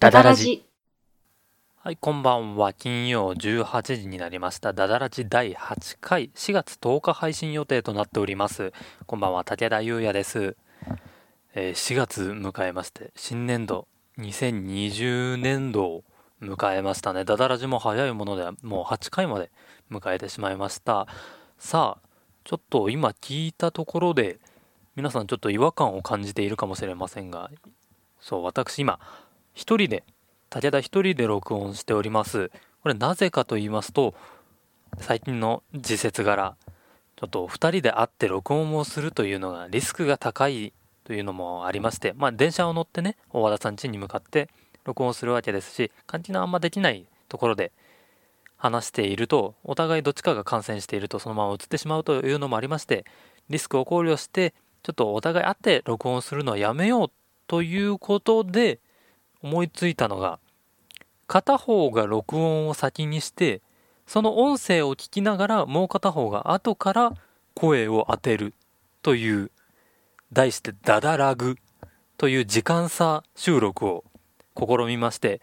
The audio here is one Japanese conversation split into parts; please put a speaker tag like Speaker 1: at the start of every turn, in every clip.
Speaker 1: ダダラジ。
Speaker 2: はい、こんばんは。金曜18時になりました。ダダラジ第8回、4月10日配信予定となっております。こんばんは、武田優也です。えー4月迎えまして、新年度、2020年度を迎えましたね。ダダラジも早いもので、もう8回まで迎えてしまいました。さあ、ちょっと今聞いたところで、皆さんちょっと違和感を感じているかもしれませんが、そう、私今、一人で武田一人で録音しておりますこれなぜかと言いますと最近の時節柄ちょっと2人で会って録音をするというのがリスクが高いというのもありましてまあ電車を乗ってね大和田さん家に向かって録音するわけですし換気のあんまできないところで話しているとお互いどっちかが感染しているとそのまま移ってしまうというのもありましてリスクを考慮してちょっとお互い会って録音するのはやめようということで思いついたのが片方が録音を先にしてその音声を聞きながらもう片方が後から声を当てるという題して「ダダラグ」という時間差収録を試みまして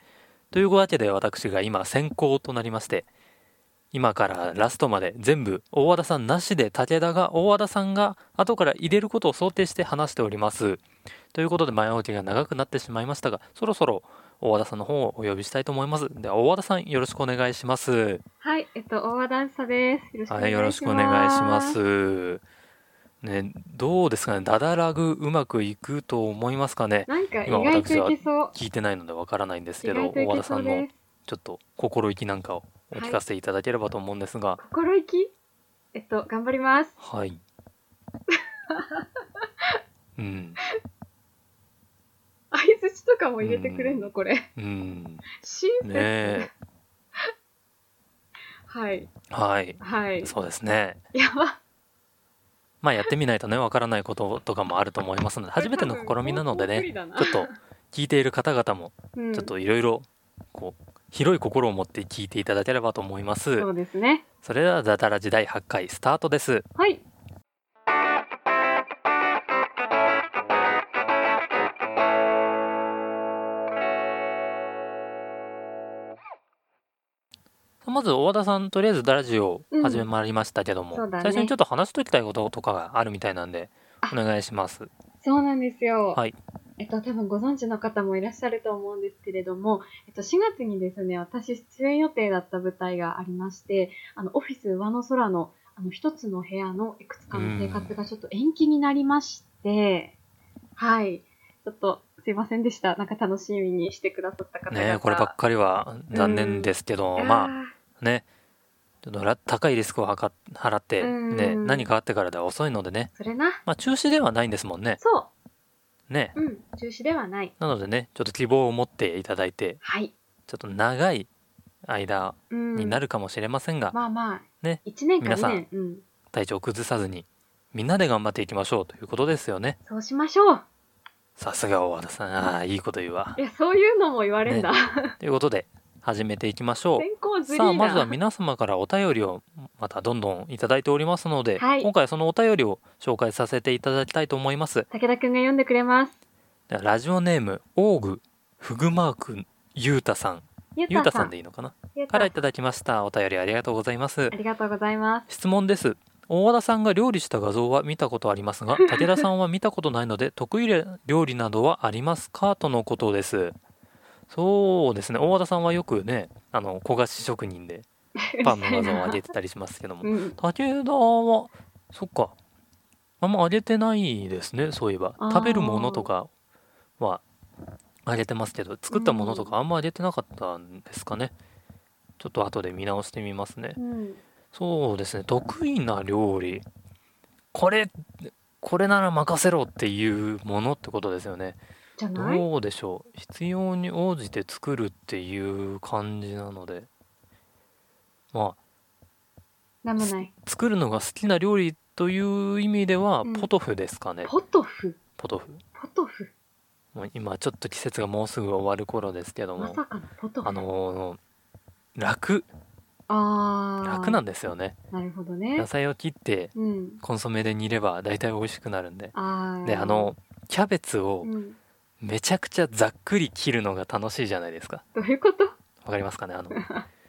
Speaker 2: というわけで私が今先行となりまして今からラストまで全部大和田さんなしで武田が大和田さんが後から入れることを想定して話しております。ということで前置きが長くなってしまいましたがそろそろ大和田さんの方をお呼びしたいと思います。では大和田さんよろしくお願いします。
Speaker 1: はい、えっと、大和田さです。よろしくお
Speaker 2: は
Speaker 1: 願いします。
Speaker 2: い、よろしくお願いします。ね、どうですかね、ダダラグうまくいくと思いますかね。
Speaker 1: なんか意外といけそう。
Speaker 2: 聞いてないのでわからないんです
Speaker 1: 意
Speaker 2: けど、
Speaker 1: 外と
Speaker 2: 大
Speaker 1: い
Speaker 2: 和
Speaker 1: け
Speaker 2: 田さ
Speaker 1: そうん
Speaker 2: の
Speaker 1: です。
Speaker 2: ちょっと心意気なんかをお聞かせていただければと思うんですが、
Speaker 1: 心意気えっと、頑張ります。
Speaker 2: はい。うん、
Speaker 1: 相槌とかも入れてくれんの、これ。
Speaker 2: うん、
Speaker 1: シンプル。
Speaker 2: ねえ、
Speaker 1: はい、
Speaker 2: はい、
Speaker 1: はい。
Speaker 2: そうですね。
Speaker 1: やば。
Speaker 2: まあやってみないとね、わからないこととかもあると思いますので、初めての試みなのでね、
Speaker 1: ちょっ
Speaker 2: ちょっと聞いている方々も
Speaker 1: うん
Speaker 2: ちょっといろいろこう広い心を持って聞いていただければと思います
Speaker 1: そうですね。
Speaker 2: それではダダラジ第8回スタートです
Speaker 1: はい。
Speaker 2: まず大和田さんとりあえずダラジを
Speaker 1: うん
Speaker 2: 始めまりましたけども、
Speaker 1: そうだね
Speaker 2: 最初にちょっと話しときたいこととかがあるみたいなんで
Speaker 1: あ
Speaker 2: お願いします
Speaker 1: そうなんですよ。
Speaker 2: はい
Speaker 1: えっと、多分ご存知の方もいらっしゃると思うんですけれども、えっと、4月にですね、私出演予定だった舞台がありまして、あの、オフィス上の空の、あの、一つの部屋のいくつかの生活がちょっと延期になりまして、はい。ちょっと、すいませんでした。なんか楽しみにしてくださった方々。
Speaker 2: ねえこればっかりは残念ですけど、まあねちょっとら高いリスクをはか払って、
Speaker 1: うん
Speaker 2: ね、何かあってからでは遅いのでね、
Speaker 1: あそれな。
Speaker 2: まあ、中止ではないんですもんね
Speaker 1: そ
Speaker 2: ね
Speaker 1: う。うん。中止ではない。
Speaker 2: なのでねちょっと希望を持っていただいて
Speaker 1: はい。
Speaker 2: ちょっと長い間
Speaker 1: うん。
Speaker 2: にな
Speaker 1: る。
Speaker 2: るかもしれませんが、
Speaker 1: まあまあ。
Speaker 2: ね。
Speaker 1: 1年か
Speaker 2: 皆さ
Speaker 1: 2
Speaker 2: ん
Speaker 1: 年。うん。
Speaker 2: 体調を崩さずにみんなで頑張っていきましょうということですよね
Speaker 1: そうしましょう。
Speaker 2: さすが大和田さんああいいこと言うわ
Speaker 1: いや、そういうのも言われんだ。
Speaker 2: ということで始めていきましょ
Speaker 1: 先行
Speaker 2: う
Speaker 1: ずりーな
Speaker 2: さあまずは皆様からお便りをまたどんどんいただいておりますので、
Speaker 1: はい
Speaker 2: 今回そのお便りを紹介させていただきたいと思います
Speaker 1: 武田くんが読んでくれます。
Speaker 2: ではラジオネームオーグフグマークゆうたさん
Speaker 1: ゆ
Speaker 2: ゆう
Speaker 1: う
Speaker 2: た
Speaker 1: た
Speaker 2: さ
Speaker 1: さ
Speaker 2: ん
Speaker 1: ん。
Speaker 2: でいいのかな
Speaker 1: ゆうた
Speaker 2: からいただきましたお便りありがとうございます
Speaker 1: ありがとうございます。
Speaker 2: 質問です大和田さんが料理した画像は見たことありますが武田さんは見たことないので得意料理などはありますかとのことですそうですね大和田さんはよくねあの焦がし職人でパンの画像を上げてたりしますけども
Speaker 1: うん。
Speaker 2: 武田はそっかあんま上げてないですねそういえば
Speaker 1: あー
Speaker 2: 食べるものとかは上げてますけど作ったものとかあんま上げてなかったんですかねちょっと後で見直してみますね
Speaker 1: うん。
Speaker 2: そうですね得意な料理これこれなら任せろっていうものってことですよね
Speaker 1: じゃない
Speaker 2: どうでしょう必要に応じて作るっていう感じなのでま
Speaker 1: なんもない。
Speaker 2: あ作るのが好きな料理という意味では
Speaker 1: うん
Speaker 2: ポトフですかね、
Speaker 1: ポトフ。
Speaker 2: ポトフ
Speaker 1: ポトフ。
Speaker 2: もう今ちょっと季節がもうすぐ終わる頃ですけど
Speaker 1: ま
Speaker 2: も
Speaker 1: さかのポトフ。
Speaker 2: あのー楽
Speaker 1: あー
Speaker 2: 楽なんですよね
Speaker 1: なるほど
Speaker 2: 野
Speaker 1: ね。
Speaker 2: 菜を切って
Speaker 1: うん。
Speaker 2: コンソメで煮れば大体美味しくなるんで
Speaker 1: あー
Speaker 2: であ、のキャベツを
Speaker 1: うん。
Speaker 2: めちゃくちゃざっくり切るのが楽しいじゃないですか
Speaker 1: どういうこと
Speaker 2: わかりますかね あの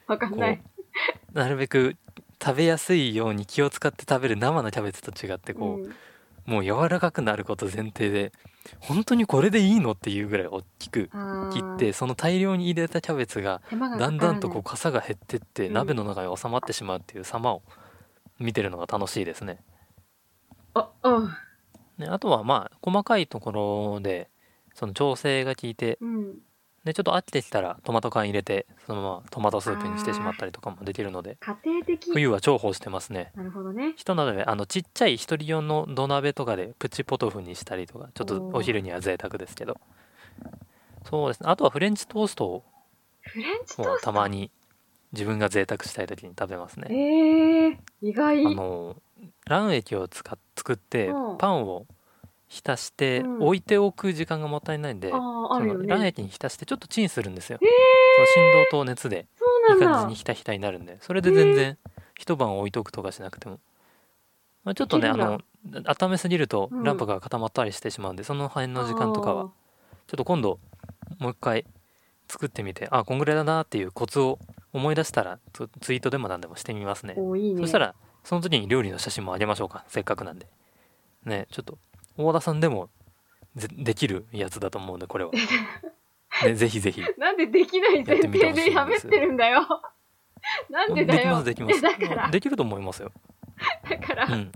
Speaker 1: わかんない。
Speaker 2: うなるべく食べやすいように気を使って食べる生のキャベツと違ってこう、
Speaker 1: うん
Speaker 2: もう柔らかくなること前提で本当にこれでいいのっていうぐらい大きく
Speaker 1: あー
Speaker 2: 切ってその大量に入れたキャベツが
Speaker 1: 手間がか
Speaker 2: だ
Speaker 1: から
Speaker 2: ん
Speaker 1: ない
Speaker 2: だんとこう傘が減ってって
Speaker 1: うん
Speaker 2: 鍋の中に収まってしまうっていう様を見てるのが楽しいですね。
Speaker 1: あ、あ、
Speaker 2: ねあとはまあ細かいところでその調整が効いて
Speaker 1: うん。
Speaker 2: でちょっと飽きてきたらトマト缶入れてそのままトマトスープにしてしまったりとかもできるので
Speaker 1: 家庭的。
Speaker 2: 冬は重宝してますね。
Speaker 1: なるほどね。
Speaker 2: 人なのであのちっちゃい一人用の土鍋とかでプチポトフにしたりとかちょっと
Speaker 1: おー
Speaker 2: お昼には贅沢ですけどそうですねあとはフレンチトーストを
Speaker 1: フレンチト
Speaker 2: も
Speaker 1: ー
Speaker 2: う
Speaker 1: スト。
Speaker 2: たまに自分が贅沢したい時に食べますね
Speaker 1: ええ意外。
Speaker 2: あの卵液を使っ作って
Speaker 1: うん
Speaker 2: パンを浸して
Speaker 1: うん
Speaker 2: 置いておく時間がもったいないんで、
Speaker 1: ああ、あ
Speaker 2: そ
Speaker 1: る
Speaker 2: の
Speaker 1: よ
Speaker 2: 卵
Speaker 1: ね。
Speaker 2: 液に浸してちょっとチンするんですよ、
Speaker 1: えー
Speaker 2: その振動と熱で
Speaker 1: そ
Speaker 2: いうい
Speaker 1: な
Speaker 2: 感
Speaker 1: ん
Speaker 2: じ
Speaker 1: だ
Speaker 2: に。ひたひたになるんでそれで全然一晩置いとくとかしなくても、まあ、ちょっとね
Speaker 1: い
Speaker 2: あ
Speaker 1: けるん
Speaker 2: の温めすぎると
Speaker 1: うん
Speaker 2: ランプが固まったりしてしまうんで、その辺の時間とかはちょっと今度もう一回作ってみてあこんぐらいだなっていうコツを思い出したらツツイートでも何でもしてみますね
Speaker 1: あー。おーいいね。
Speaker 2: そしたらその時に料理の写真もあげましょうかせっかくなんでねちょっと大田さんでもぜできるやつだと思うんでこ れは、ね、ぜひぜひ
Speaker 1: なんでできない前提で
Speaker 2: や
Speaker 1: や
Speaker 2: ってみてほしいんで
Speaker 1: め
Speaker 2: す
Speaker 1: てるんだ よ。なんで
Speaker 2: で
Speaker 1: だ
Speaker 2: きます
Speaker 1: よ。
Speaker 2: できます
Speaker 1: いやだから
Speaker 2: できると思いますよ
Speaker 1: だから
Speaker 2: う。ん、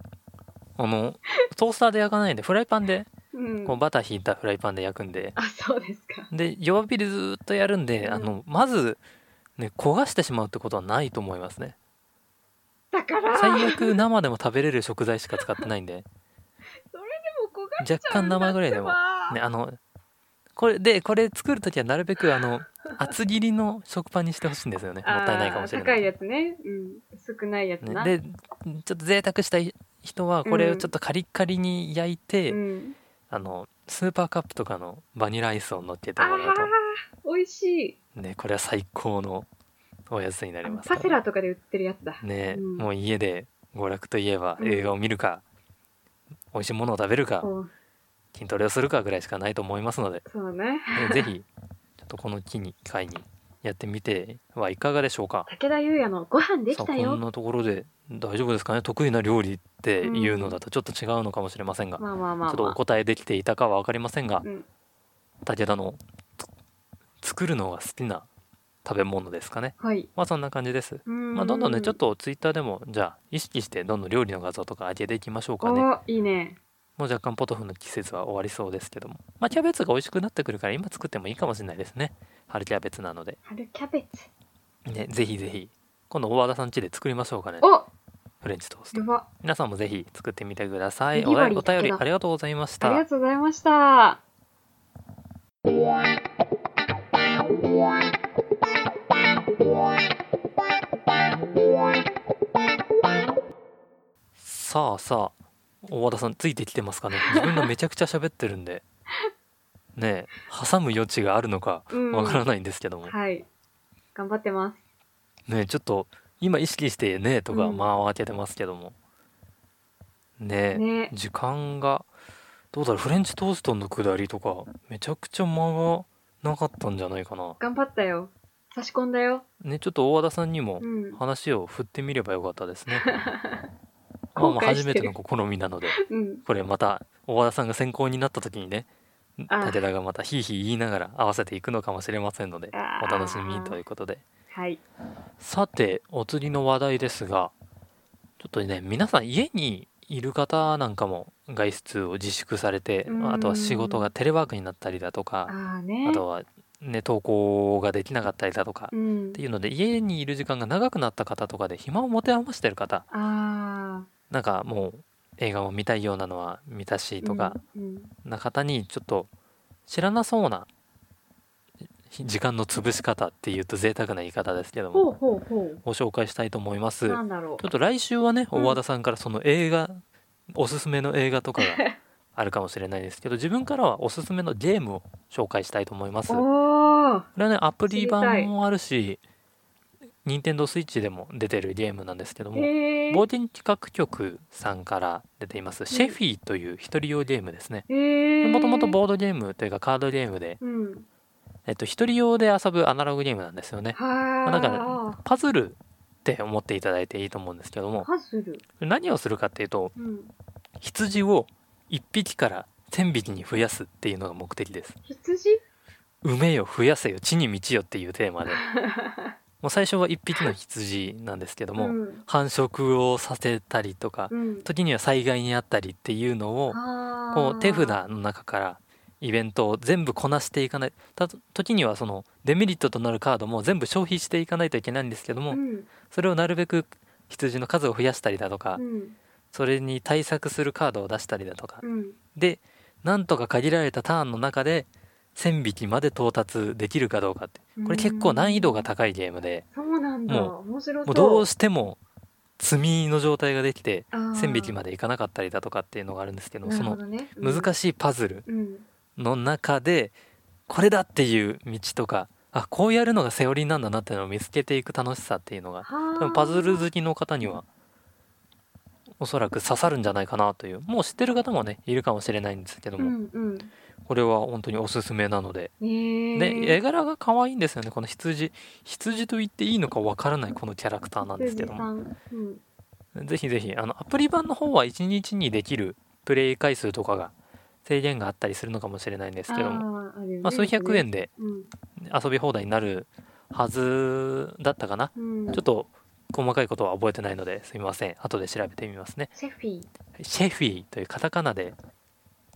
Speaker 2: あのトースターで焼かないんでフライパンで
Speaker 1: うん
Speaker 2: こうバター引いたフライパンで焼くんで
Speaker 1: あ、そうですか。
Speaker 2: で弱火でずーっとやるんで、
Speaker 1: うん
Speaker 2: あのまず、ね、焦がしてしまうってことはないと思いますね
Speaker 1: だから。
Speaker 2: 最悪生でも食べれる食材しか使ってないんで、若干生ぐらいでもね、あのこれでこれ作る時はなるべくあの厚切りの食パンにしてほしいんですよねもったいないかもしれ
Speaker 1: あー高
Speaker 2: ない
Speaker 1: いやつね。うん。少ないやつな。
Speaker 2: ね、でちょっと贅沢したい人はこれをちょっとカリッカリに焼いて、
Speaker 1: うん。
Speaker 2: あのスーパーカップとかのバニラアイスを乗っけて
Speaker 1: あ
Speaker 2: もらうと
Speaker 1: あ、美味しい。
Speaker 2: ねこれは最高のおやつになりますか
Speaker 1: パ
Speaker 2: ら
Speaker 1: セラとかで売ってるやつだ。
Speaker 2: ね、
Speaker 1: うん
Speaker 2: もう家で娯楽といえば
Speaker 1: うん
Speaker 2: 映画を見るか、美味しいものを食べるか、
Speaker 1: おう
Speaker 2: 筋トレをするかぐらいしかないと思いますので、
Speaker 1: そうね。
Speaker 2: ねぜひちょっとこの機に機会にやってみてはいかがでしょうか
Speaker 1: 武田優也のご飯でき
Speaker 2: さ
Speaker 1: た
Speaker 2: あこん
Speaker 1: よ。
Speaker 2: なところで大丈夫ですかね得意な料理っていうのだとちょっと違うのかもしれませんが、
Speaker 1: まあまあまあ、
Speaker 2: ちょっとお
Speaker 1: まあ。
Speaker 2: 答えできていたかは分かりませんが、
Speaker 1: うん
Speaker 2: 武田のつ作るのが好きな食べ物ですかね
Speaker 1: はい。
Speaker 2: まあそんな感じです
Speaker 1: ま
Speaker 2: まあどんどんねちょっとツイッターでもじゃあ意識してどんどん料理の画像とか上げていきましょうかねも
Speaker 1: おいいね。
Speaker 2: う若干ポトフの季節は終わりそうですけどもまあキャベツが美味しくなってくるから今作ってもいいかもしれないですね春キャベツなので
Speaker 1: 春キャベツ。
Speaker 2: ねぜひぜひ今度大和田さん家で作りましょうかね
Speaker 1: お
Speaker 2: フレンチトースト
Speaker 1: やば。
Speaker 2: 皆さんもぜひ作ってみてください
Speaker 1: デ
Speaker 2: お
Speaker 1: リバ
Speaker 2: 便
Speaker 1: リ
Speaker 2: り
Speaker 1: ー
Speaker 2: お便り
Speaker 1: だけだ
Speaker 2: ありがとうございまし
Speaker 1: あり
Speaker 2: た
Speaker 1: がとうございました。
Speaker 2: さあさあ大和田さんついてきてますかね自分がめちゃくちゃ喋ってるんでねえ挟む余地があるのか
Speaker 1: うん。
Speaker 2: わからないんですけども、
Speaker 1: はい。頑張ってます。
Speaker 2: ねちょっと今意識してねとか
Speaker 1: うん
Speaker 2: 間を空けてますけども、ね
Speaker 1: ね。
Speaker 2: 時間がどうだろうフレンチトーストのくだりとかめちゃくちゃ間がなかったんじゃないかな
Speaker 1: 頑張ったよ。差し込んだよ。
Speaker 2: ねちょっと大和田さんにも
Speaker 1: うん。
Speaker 2: 話を振ってみればよかったです ねまあ
Speaker 1: 後
Speaker 2: まあ
Speaker 1: 悔してる
Speaker 2: 初めての試みなので
Speaker 1: うん。
Speaker 2: これまた大和田さんが先行になった時にね
Speaker 1: あ
Speaker 2: 武田がまたヒーヒー言いながら合わせていくのかもしれませんので
Speaker 1: あー
Speaker 2: お楽しみにということで
Speaker 1: はい。
Speaker 2: さてお釣りの話題ですがちょっとね皆さん家にいる方なんかも外出を自粛されて
Speaker 1: うん
Speaker 2: あとは仕事がテレワークになったりだとか
Speaker 1: ああね。
Speaker 2: あとはね投稿ができなかったりだとか
Speaker 1: う
Speaker 2: っ
Speaker 1: ん
Speaker 2: て。いうので家にいる時間が長くなった方とかで暇を持て余してる方
Speaker 1: ああ。
Speaker 2: なんかもう映画を見たいようなのは見たしとか
Speaker 1: うん。うん
Speaker 2: な方にちょっと知らなそうな時間の潰し方っていうと贅沢な言い方ですけど
Speaker 1: ほう
Speaker 2: も
Speaker 1: ほうほう。
Speaker 2: ご紹介したいと思いますちょ
Speaker 1: なんだろう
Speaker 2: っ。と来週はね
Speaker 1: うん
Speaker 2: 大和田さんからその映画、おすすめの映画とかが あるかもしれないですけど自分からはおすすめのゲームを紹介したいと思いますこ
Speaker 1: おお。
Speaker 2: れはねアプリ
Speaker 1: 知りた
Speaker 2: 版
Speaker 1: い
Speaker 2: もあるし任天堂スイッチでも出てるゲームなんですけども、
Speaker 1: へえ
Speaker 2: ボーデン企画局さんから出ています、シェフィーという一人用ゲームですね。
Speaker 1: へえ
Speaker 2: もともとボードゲームというかカードゲームで、
Speaker 1: うん
Speaker 2: えっと、一人用で遊ぶアナログゲームなんですよね。
Speaker 1: は
Speaker 2: まあ
Speaker 1: あ
Speaker 2: なんかパズルって思っていただいていいと思うんですけども
Speaker 1: パズル
Speaker 2: 何をするかっていうと
Speaker 1: うん
Speaker 2: 羊を1匹から1,000匹に増やすっていうのが目的です。
Speaker 1: 羊
Speaker 2: 埋めよ増やせよ地に満ちよっていうテーマ でもう最初は1匹の羊なんですけども、
Speaker 1: うん
Speaker 2: 繁殖をさせたりとか
Speaker 1: うん
Speaker 2: 時には災害にあったりっていうのを
Speaker 1: あー
Speaker 2: こう手札の中からイベントを全部こなしていかないた時にはそのデメリットとなるカードも全部消費していかないといけないんですけども、
Speaker 1: うん
Speaker 2: それをなるべく羊の数を増やしたりだとか、
Speaker 1: うん
Speaker 2: それに対策するカードを出したりだとか、
Speaker 1: うん
Speaker 2: でなんとか限られたターンの中で1,000匹まで到達できるかどうかってこれ結構難易度が高いゲームで
Speaker 1: そうなんだ
Speaker 2: も
Speaker 1: 面白そう
Speaker 2: もうどうしても積みの状態ができて1,000
Speaker 1: 1,000
Speaker 2: 匹までいかなかったりだとかっていうのがあるんですけど
Speaker 1: な
Speaker 2: そ
Speaker 1: るほ
Speaker 2: の
Speaker 1: どね
Speaker 2: 難しいパズル
Speaker 1: い、うん
Speaker 2: の中でこれだっていう道とかあこうやるのがセオリーなんだなっていうのを見つけていく楽しさっていうのが多分パズル好きの方にはおそらく刺さるんじゃないかなというもう知ってる方もねいるかもしれないんですけど
Speaker 1: う
Speaker 2: も、
Speaker 1: んうん
Speaker 2: これは本当におすすめなので、
Speaker 1: えー、
Speaker 2: で絵柄が可愛いんですよねこの羊羊と言っていいのかわからないこのキャラクターなんですけども
Speaker 1: 羊さんうん
Speaker 2: ぜひぜひあのアプリ版の方は1日にできるプレイ回数とかが制限があったりするのかもしれないんですけども
Speaker 1: あーあるよね
Speaker 2: まあ、数百円で
Speaker 1: うん
Speaker 2: 遊び放題になるはずだったかな
Speaker 1: うん
Speaker 2: ちょっと細かいことは覚えてないのですみません後で調べてみますね
Speaker 1: シェフィー
Speaker 2: シェフィーというカタカナで「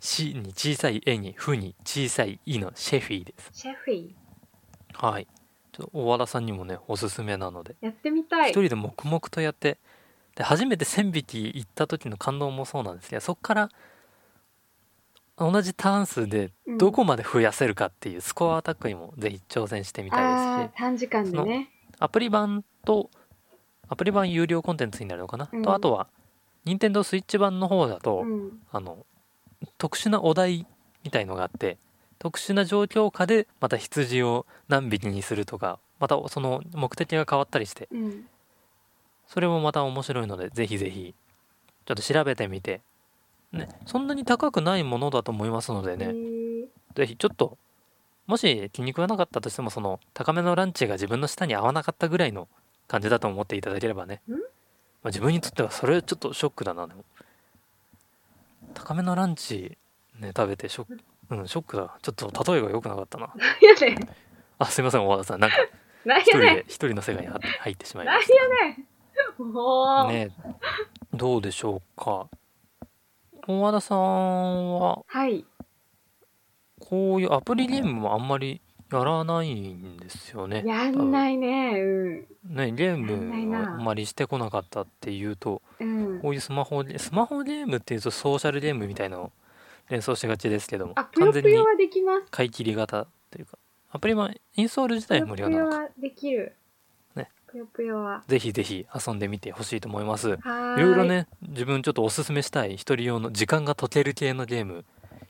Speaker 2: し」に小さい「え」に「ふ」に小さい「い」のシェフィーです
Speaker 1: シェフィー
Speaker 2: はいちょっと大原さんにもねおすすめなので
Speaker 1: やってみた
Speaker 2: 一
Speaker 1: い
Speaker 2: 人で黙々とやってで初めて1,000匹行った時の感動もそうなんですけどそこから同じターン数でどこまで増やせるかっていうスコアアタックにもぜひ挑戦してみ
Speaker 1: み
Speaker 2: たいですし、
Speaker 1: あー短時間でね
Speaker 2: アプリ版とアプリ版有料コンテンツになるのかな、
Speaker 1: うん
Speaker 2: とあとは任天堂スイッチ版の方だと、
Speaker 1: うん
Speaker 2: あの特殊なお題みたいのがあって特殊な状況下でまた羊を何匹にするとかまたその目的が変わったりして
Speaker 1: うん
Speaker 2: それもまた面白いのでぜひぜひちょっと調べてみて、ね、そんなに高くないものだと思いますのでね、
Speaker 1: えー
Speaker 2: ぜひちょっともし気に食わなかったとしてもその高めのランチが自分の舌に合わなかったぐらいの感じだと思っていただければね、
Speaker 1: ん
Speaker 2: まあ、自分にとってはそれちょっとショックだなでも高めのランチね食べてショックうんショックだちょっと例えが良くなかったな
Speaker 1: なんやねん
Speaker 2: あすいません大和田さんなんか
Speaker 1: なん
Speaker 2: 一
Speaker 1: や
Speaker 2: 人
Speaker 1: ね
Speaker 2: で一人の世界に入って入ってしま
Speaker 1: ん
Speaker 2: い
Speaker 1: な
Speaker 2: ま
Speaker 1: ん
Speaker 2: し
Speaker 1: やねんも
Speaker 2: た
Speaker 1: う、
Speaker 2: ねどうでしょうか大和田さんは
Speaker 1: はい
Speaker 2: こういうアプリゲームもあんまりやらないんですよね
Speaker 1: やんないねうん
Speaker 2: ね、ゲー
Speaker 1: ない
Speaker 2: ムを
Speaker 1: な
Speaker 2: あんまりしてこなかったっていうと
Speaker 1: うん
Speaker 2: こういうスマホでスマホゲームっていうとソーシャルゲームみたいなのを連想しがちですけども
Speaker 1: あぷよ
Speaker 2: 完全
Speaker 1: ぷ
Speaker 2: に
Speaker 1: よはできます
Speaker 2: 買い切り型というかアプリ版インストール自
Speaker 1: ぷ
Speaker 2: 体
Speaker 1: よ
Speaker 2: 無
Speaker 1: ぷ
Speaker 2: 料な
Speaker 1: よ
Speaker 2: のか
Speaker 1: はできる
Speaker 2: ね
Speaker 1: ぷよぷよは
Speaker 2: ぜひぜひ遊んでみてほしいと思います
Speaker 1: はい
Speaker 2: ろいろね自分ちょっとおすすめしたい一人用の時間が解ける系のゲーム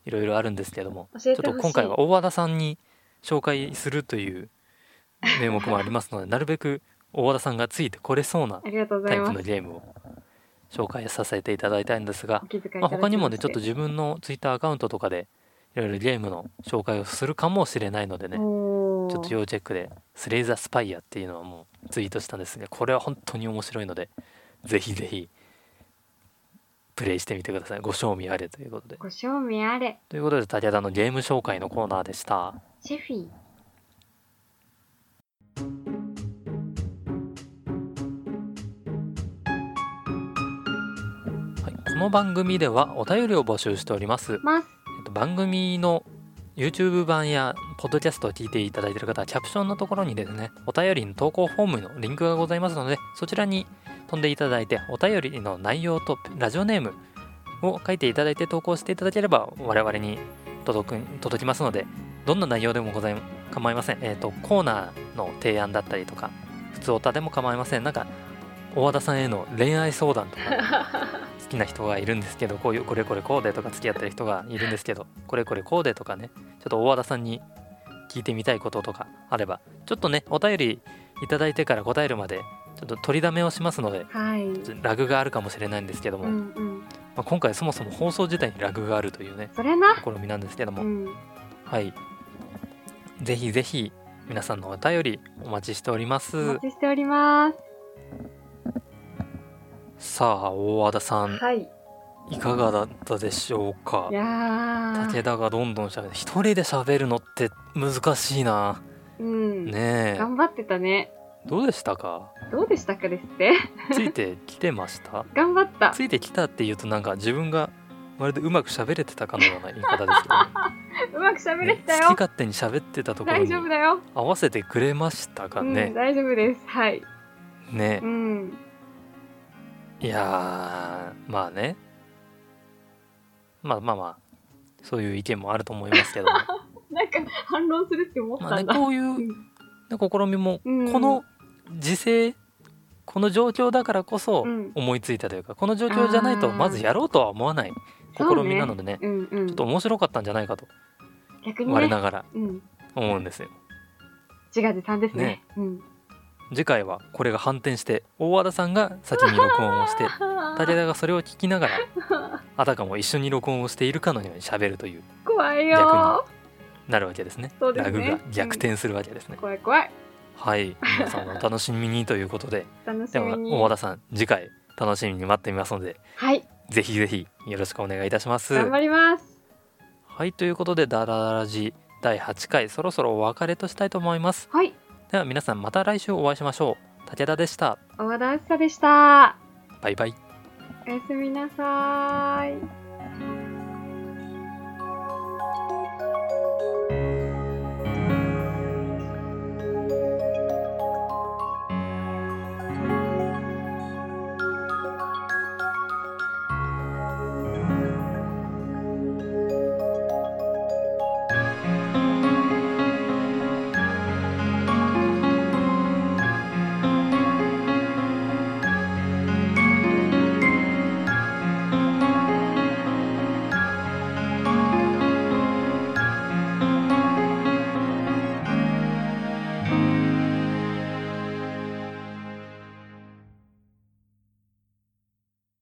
Speaker 2: いろいろあるんですけどもち
Speaker 1: 教
Speaker 2: ょ
Speaker 1: え
Speaker 2: って
Speaker 1: ほしい
Speaker 2: と今回は大和田さんに紹介するという名目もありますのでなるべく大和田さんがついてこれそうな
Speaker 1: ありがとうご
Speaker 2: タ
Speaker 1: ざい
Speaker 2: イプ
Speaker 1: ます
Speaker 2: のゲームを紹介させていただいたいんですが
Speaker 1: お、気遣いいただき
Speaker 2: まあ、
Speaker 1: まして
Speaker 2: 他にもねちょっと自分のツイッターアカウントとかでいろいろゲームの紹介をするかもしれないのでね
Speaker 1: おー
Speaker 2: ちょっと要チェックで「スレイザースパイア」っていうのはもうツイートしたんですがこれは本当に面白いのでぜひぜひプレイしてみてくださいご賞味あれということで
Speaker 1: ご賞味あれ
Speaker 2: ということで武田のゲーム紹介のコーナーでした
Speaker 1: シェフィー
Speaker 2: はい、この番組ではお便りを募集しております
Speaker 1: ます
Speaker 2: えっと番組の YouTube 版やポッドキャストを聞いていただいている方はキャプションのところにですねお便りの投稿フォームのリンクがございますのでそちらに飛んでいただいてお便りの内容とラジオネームを書いていただいて投稿していただければ我々に届く届きますのでどんな内容でもござい構いません、えっとコーナーの提案だったりとか普通おたでも構いませんなんか大和田さんへの恋愛相談とか好きな人がいるんですけどこういうこれこれこうでとか付き合ってる人がいるんですけどこれこれこうでとかねちょっと大和田さんに聞いてみたいこととかあればちょっとねお便りいただいてから答えるまでちょっと取りだめをしますので
Speaker 1: はい。
Speaker 2: ちょっとラグがあるかもしれないんですけども、
Speaker 1: う
Speaker 2: ま
Speaker 1: んうん。
Speaker 2: あ、今回そもそも放送自体にラグがあるというね
Speaker 1: それな。
Speaker 2: 試みなんですけども、
Speaker 1: うん。
Speaker 2: はいぜひぜひ皆さんのお便りお待ちしておりま
Speaker 1: お
Speaker 2: す
Speaker 1: 待ちしております。
Speaker 2: さあ大和田さん
Speaker 1: はい。い
Speaker 2: いかがだったでしょうか
Speaker 1: やー。
Speaker 2: 武田がどんどん喋る一人で喋るのって難しいな
Speaker 1: うん。
Speaker 2: ねえ
Speaker 1: 頑張ってたね。
Speaker 2: どうでした か
Speaker 1: どうでしたかですって。
Speaker 2: ついてきてました
Speaker 1: 頑張った。
Speaker 2: ついてきたっていうとなんか自分がまるでうまく喋れてたかのような言い方ですけど、
Speaker 1: うまく喋れてた
Speaker 2: ね好
Speaker 1: よ
Speaker 2: き。勝手に喋ってたところ
Speaker 1: 大
Speaker 2: に
Speaker 1: 丈夫だよ。
Speaker 2: 合わせてくれましたか
Speaker 1: うん、
Speaker 2: ね、
Speaker 1: 大丈夫です。はい。
Speaker 2: ね
Speaker 1: うん。
Speaker 2: いやーまあねまあまあまあそういう意見もあると思いますけども
Speaker 1: なんか反論するって思っ
Speaker 2: まあ
Speaker 1: た
Speaker 2: ね
Speaker 1: んだ。
Speaker 2: こういうね試みも
Speaker 1: うん
Speaker 2: この時勢この状況だからこそ
Speaker 1: うん
Speaker 2: 思いついたというか、この状況じゃないと
Speaker 1: あー
Speaker 2: まずやろうとは思わない試
Speaker 1: そうね
Speaker 2: みなのでね
Speaker 1: うんう
Speaker 2: ちょ
Speaker 1: ん
Speaker 2: っと。面白かったんじゃないかと
Speaker 1: 逆に
Speaker 2: 我
Speaker 1: ね。
Speaker 2: ながら
Speaker 1: うん。
Speaker 2: 思うんですよ。
Speaker 1: 自画自賛ですね。
Speaker 2: ね
Speaker 1: うん。
Speaker 2: 次回はこれが反転して大和田さんが先に録音をして武田がそれを聞きながらあたかも一緒に録音をしているかのように喋るという
Speaker 1: 怖いよ
Speaker 2: なるわけですね
Speaker 1: そうですね
Speaker 2: ラグが逆転するわけですね
Speaker 1: ー。。怖い怖い。
Speaker 2: はい皆さんお楽しみにということ で
Speaker 1: 楽し
Speaker 2: で
Speaker 1: み
Speaker 2: は
Speaker 1: に。
Speaker 2: 大和田さん次回楽しみに待ってみますので
Speaker 1: はい。
Speaker 2: ぜひぜひよろしくお願いいたします。
Speaker 1: 頑張ります。
Speaker 2: はいということで「ダララジ」第8回そろそろお別れとしたいと思います
Speaker 1: はい。
Speaker 2: では皆さんまた来週お会いしましょう武田でした
Speaker 1: 小和田あずさでした。
Speaker 2: バイバイ
Speaker 1: おやすみなさーい。